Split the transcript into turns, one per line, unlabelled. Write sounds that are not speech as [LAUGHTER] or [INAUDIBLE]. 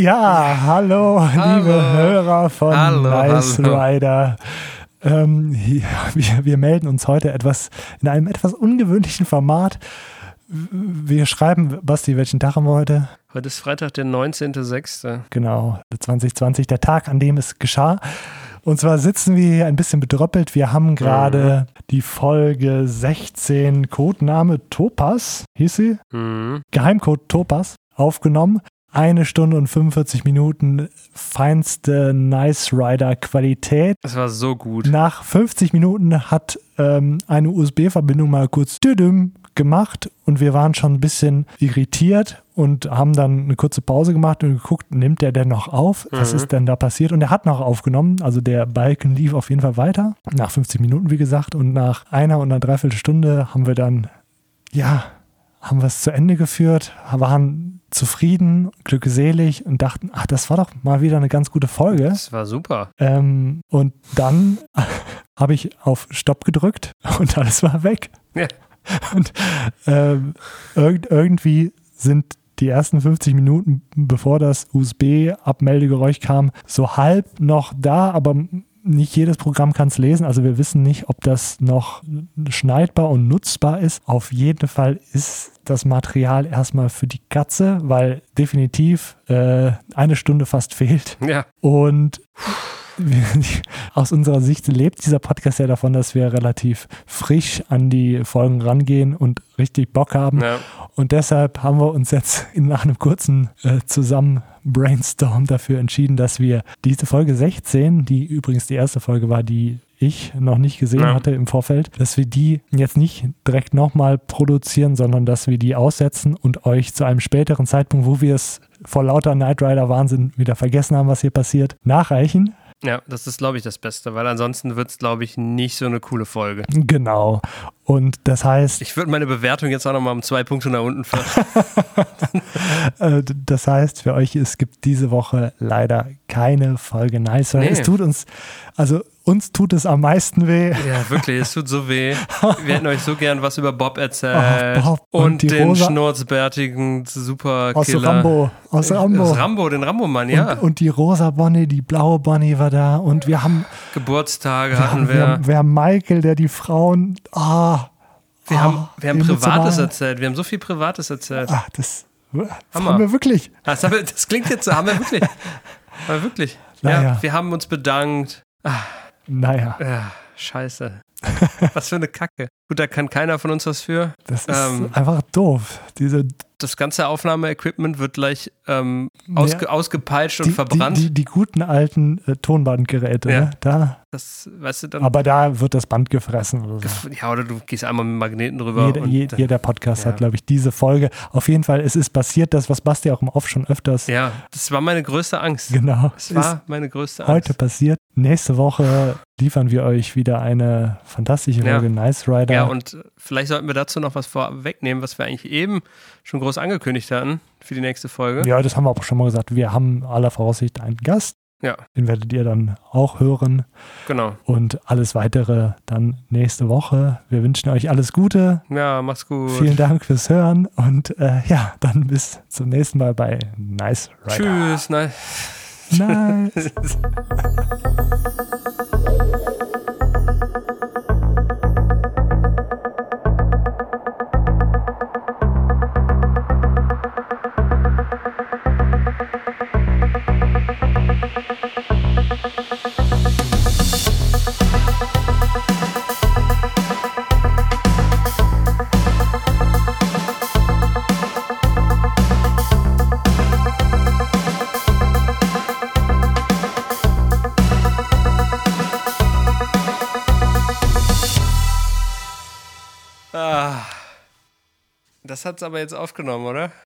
Ja, hallo,
Hallo.
liebe Hörer von
Hallo,
Nice
hallo.
Rider. Ähm, hier, wir, wir melden uns heute etwas in einem etwas ungewöhnlichen Format. Wir schreiben, Basti, welchen Tag haben wir heute?
Heute ist Freitag, der 19.06.
Genau, 2020, der Tag, an dem es geschah. Und zwar sitzen wir hier ein bisschen bedröppelt. Wir haben
Mhm.
gerade die Folge 16, Codename Topas, hieß sie?
Mhm.
Geheimcode Topas aufgenommen. Eine Stunde und 45 Minuten feinste Nice Rider Qualität.
Das war so gut.
Nach 50 Minuten hat ähm, eine USB-Verbindung mal kurz düdüm gemacht und wir waren schon ein bisschen irritiert und haben dann eine kurze Pause gemacht und geguckt, nimmt der denn noch auf? Was
Mhm.
ist denn da passiert? Und er hat noch aufgenommen, also der Balken lief auf jeden Fall weiter. Nach 50 Minuten, wie gesagt, und nach einer und einer Dreiviertelstunde haben wir dann, ja, haben wir es zu Ende geführt, waren zufrieden, glückselig und dachten, ach, das war doch mal wieder eine ganz gute Folge.
Das war super.
Ähm, und dann [LAUGHS] habe ich auf Stopp gedrückt und alles war weg.
Ja.
Und ähm, irgend, irgendwie sind die ersten 50 Minuten, bevor das USB-Abmeldegeräusch kam, so halb noch da, aber nicht jedes Programm kann es lesen. Also wir wissen nicht, ob das noch schneidbar und nutzbar ist. Auf jeden Fall ist das Material erstmal für die Katze, weil definitiv äh, eine Stunde fast fehlt.
Ja.
Und [LAUGHS] aus unserer Sicht lebt dieser Podcast ja davon, dass wir relativ frisch an die Folgen rangehen und richtig Bock haben. [LAUGHS]
ja.
Und deshalb haben wir uns jetzt [LAUGHS] in- nach einem kurzen äh, Zusammen-Brainstorm dafür entschieden, dass wir diese Folge 16, die übrigens die erste Folge war, die ich noch nicht gesehen
Ja.
hatte im Vorfeld, dass wir die jetzt nicht direkt nochmal produzieren, sondern dass wir die aussetzen und euch zu einem späteren Zeitpunkt, wo wir es vor lauter Knight Rider Wahnsinn wieder vergessen haben, was hier passiert, nachreichen.
ja, das ist, glaube ich, das Beste, weil ansonsten wird es, glaube ich, nicht so eine coole Folge.
Genau. Und das heißt,
Ich würde meine Bewertung jetzt auch nochmal um zwei Punkte nach
[LAUGHS]
unten fahren.
Äh, d- Das heißt für euch, es gibt diese Woche leider keine Folge Nice. Rider.
Nee.
Es tut uns, also uns tut es am meisten weh.
ja, wirklich, es tut so weh. Wir hätten euch so gern was über Bob erzählt.
Ach, Bob und
und
die
den
rosa-
schnurzbärtigen
Aus
Superkiller.
Rambo. Aus Rambo.
Aus Äh, Rambo, den Rambo-Mann, ja.
und, und die rosa Bonnie, die blaue Bonnie war da. Und wir haben,
Geburtstage
wir haben,
hatten
wir
wir.
haben, wir haben Michael, der die Frauen. Ah,
Wir
ah,
haben, wir haben
emotional.
Privates erzählt. Wir haben so viel Privates erzählt.
Ah, das haben wir wirklich.
Das, haben wir, das klingt jetzt so, haben wir wirklich. Haben wir wirklich.
Naja.
Ja, wir haben uns bedankt.
Naja, [LAUGHS]
Ja, scheiße. Was für eine Kacke. Gut, da kann keiner von uns was für.
das ist
Ähm.
einfach doof. Diese
Das ganze Aufnahmeequipment wird gleich ähm,
Ja.
ausge, ausgepeitscht und
die, die,
verbrannt.
die, die guten alten äh, Tonbandgeräte.
Ja. Ähm.
Ne? Da,
das, weißt du, dann.
aber da wird das Band gefressen. Oder so.
ja, oder du gehst einmal mit Magneten drüber.
Jeder,
und,
je, jeder Podcast
ja.
hat, glaube ich, diese Folge. Auf jeden Fall, es ist passiert, das, was Basti auch im Off schon öfters
ja, das war meine größte Angst.
genau
Das
ist
war meine größte Angst.
heute passiert. Nächste Woche liefern wir euch wieder eine fantastische
Ja.
Folge Nice Rider.
Ja, und äh, vielleicht sollten wir dazu noch was vorwegnehmen, was wir eigentlich eben schon groß angekündigt hatten für die nächste Folge.
Ja, das haben wir auch schon mal gesagt. Wir haben aller Voraussicht einen Gast.
Ja.
Den werdet ihr dann auch hören.
Genau.
Und alles weitere dann nächste Woche. Wir wünschen euch alles Gute.
Ja, mach's gut.
Vielen Dank fürs Hören. Und äh, ja, dann bis zum nächsten Mal bei Nice Rider.
Tschüss. Nein.
Tschüss. Nice.
Ah, das hat's aber jetzt aufgenommen, oder?